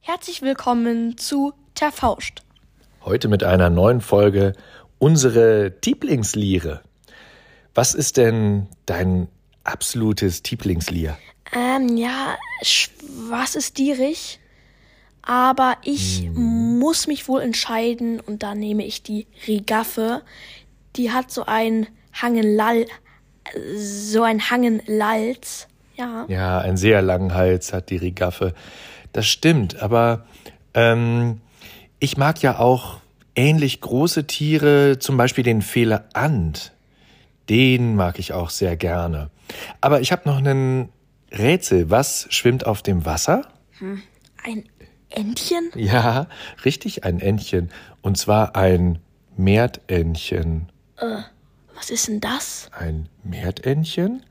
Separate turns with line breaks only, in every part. Herzlich willkommen zu Terfauscht.
Heute mit einer neuen Folge unsere Lieblingsliere. Was ist denn dein absolutes Lieblingslier?
Ähm, ja, was ist dierig? Aber ich
Hm.
muss mich wohl entscheiden und da nehme ich die Regaffe. Die hat so ein Hangenlall, so ein Hangenlalz. Ja.
Ja, einen sehr langen Hals hat die Rigaffe. Das stimmt, aber ähm, ich mag ja auch ähnlich große Tiere, zum Beispiel den Fehlerant. Den mag ich auch sehr gerne. Aber ich habe noch ein Rätsel. Was schwimmt auf dem Wasser?
Ein Entchen?
Ja, richtig, ein Entchen. Und zwar ein Meertentchen.
Was ist denn das?
Ein Meertentchen?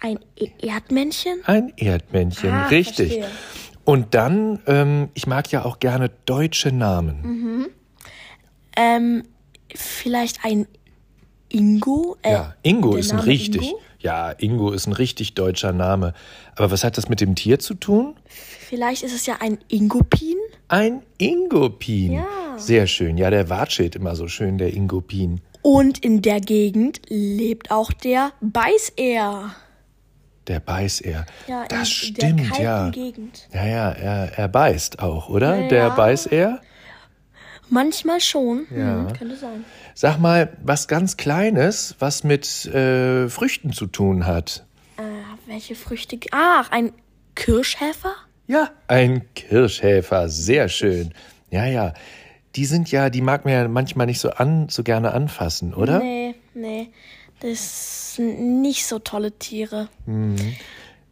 Ein E- Erdmännchen?
Ein Erdmännchen,
Ah,
richtig.
verstehe.
Und dann, ähm, ich mag ja auch gerne deutsche Namen.
Mhm. Ähm, vielleicht ein Ingo? Äh,
Ja, Ingo
der
ist ein
Name
richtig.
Ingo?
Ja, Ingo ist ein richtig deutscher Name. Aber was hat das mit dem Tier zu tun?
Vielleicht ist es ja ein Ingopin?
Ein Ingopin.
Ja.
Sehr schön. Ja, der watschelt immer so schön, der Ingopin.
Und in der Gegend lebt auch der Beißer.
Der beißt er.
Ja, in
das
der
stimmt,
kalten
ja.
Gegend.
Ja, ja, er, er beißt auch, oder?
Ja.
Der beißt er?
Manchmal schon.
Ja.
Hm, könnte sein.
Sag mal, was ganz Kleines, was mit äh, Früchten zu tun hat.
Ah, welche Früchte? Ach, ein Kirschhäfer?
Ja, ein Kirschhäfer, sehr schön. Ja, ja. Die sind ja, die mag man ja manchmal nicht so an, so gerne anfassen, oder?
Nee, nee. Das sind nicht so tolle Tiere.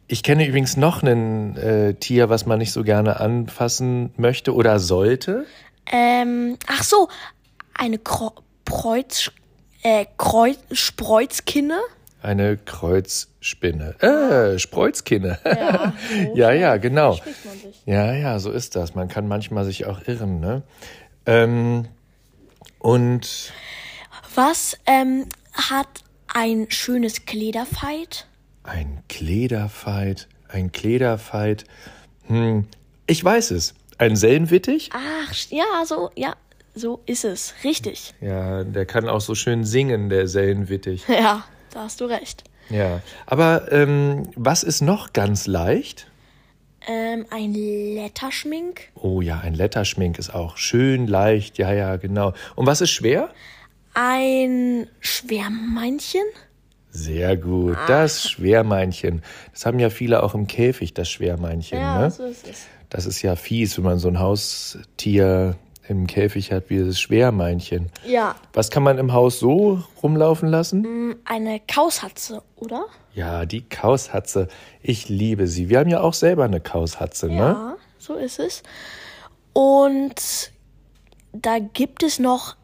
Ich kenne übrigens noch ein äh, Tier, was man nicht so gerne anfassen möchte oder sollte.
Ähm, ach so, eine Kro Kreuz, äh, Kreuz, Spreuzkinne?
Eine Kreuzspinne. Äh, Spreuzkinne. Ja, ja, genau.
man sich.
Ja, ja, so ist das. Man kann manchmal sich auch irren, ne? Ähm, und
Was ähm, hat ein schönes Klederfeit?
Ein Klederfeit, ein Klederfeit. Hm, ich weiß es. Ein Sellenwittich?
Ach, ja, so, ja, so ist es. Richtig.
Ja, der kann auch so schön singen, der Sellenwittich.
Ja, da hast du recht.
Ja. Aber ähm, was ist noch ganz leicht?
Ähm, ein Letterschmink,
Oh ja, ein Letterschmink ist auch schön leicht. Ja, ja, genau. Und was ist schwer?
ein Schwärmeinchen,
Sehr gut. Das Schwermeinchen. Das haben ja viele auch im Käfig, das Schwermeinchen. ne?
ist es.
Das ist ja fies, wenn man so ein Haustier im Käfig hat wie das Schwermeinchen.
Ja,
Was kann man im Haus so rumlaufen lassen?
ähm, eine Kaushatze, oder?
Ja, die Kaushatze. Ich liebe sie. Wir haben ja auch selber eine Kaushatze, ne?
Ja, so ist es. Und da gibt es noch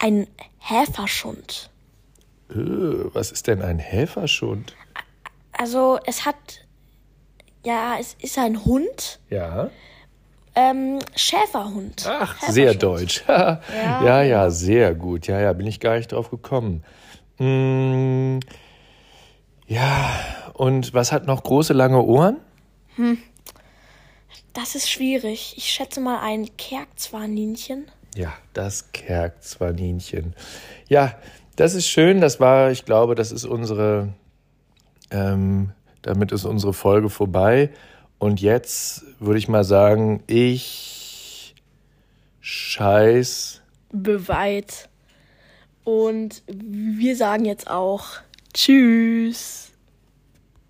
einen Häferschund.
Äh, was ist denn ein Helferschund?
Also es hat, ja, es ist ein Hund,
Ja.
ähm, Schäferhund.
Ach,
Häferschund.
sehr deutsch. ja, ja, sehr gut. Ja, ja, bin ich gar nicht drauf gekommen. Mm, ja, und was hat noch große, lange Ohren?
Das ist schwierig. Ich schätze mal ein Kerkzwaninchen.
Ja, das Kerkzwaninchen. Ja, das ist schön. Das war, ich glaube, das ist unsere, ähm, damit ist unsere Folge vorbei. Und jetzt würde ich mal sagen, ich scheiß.
beweit. Und wir sagen jetzt auch Tschüss.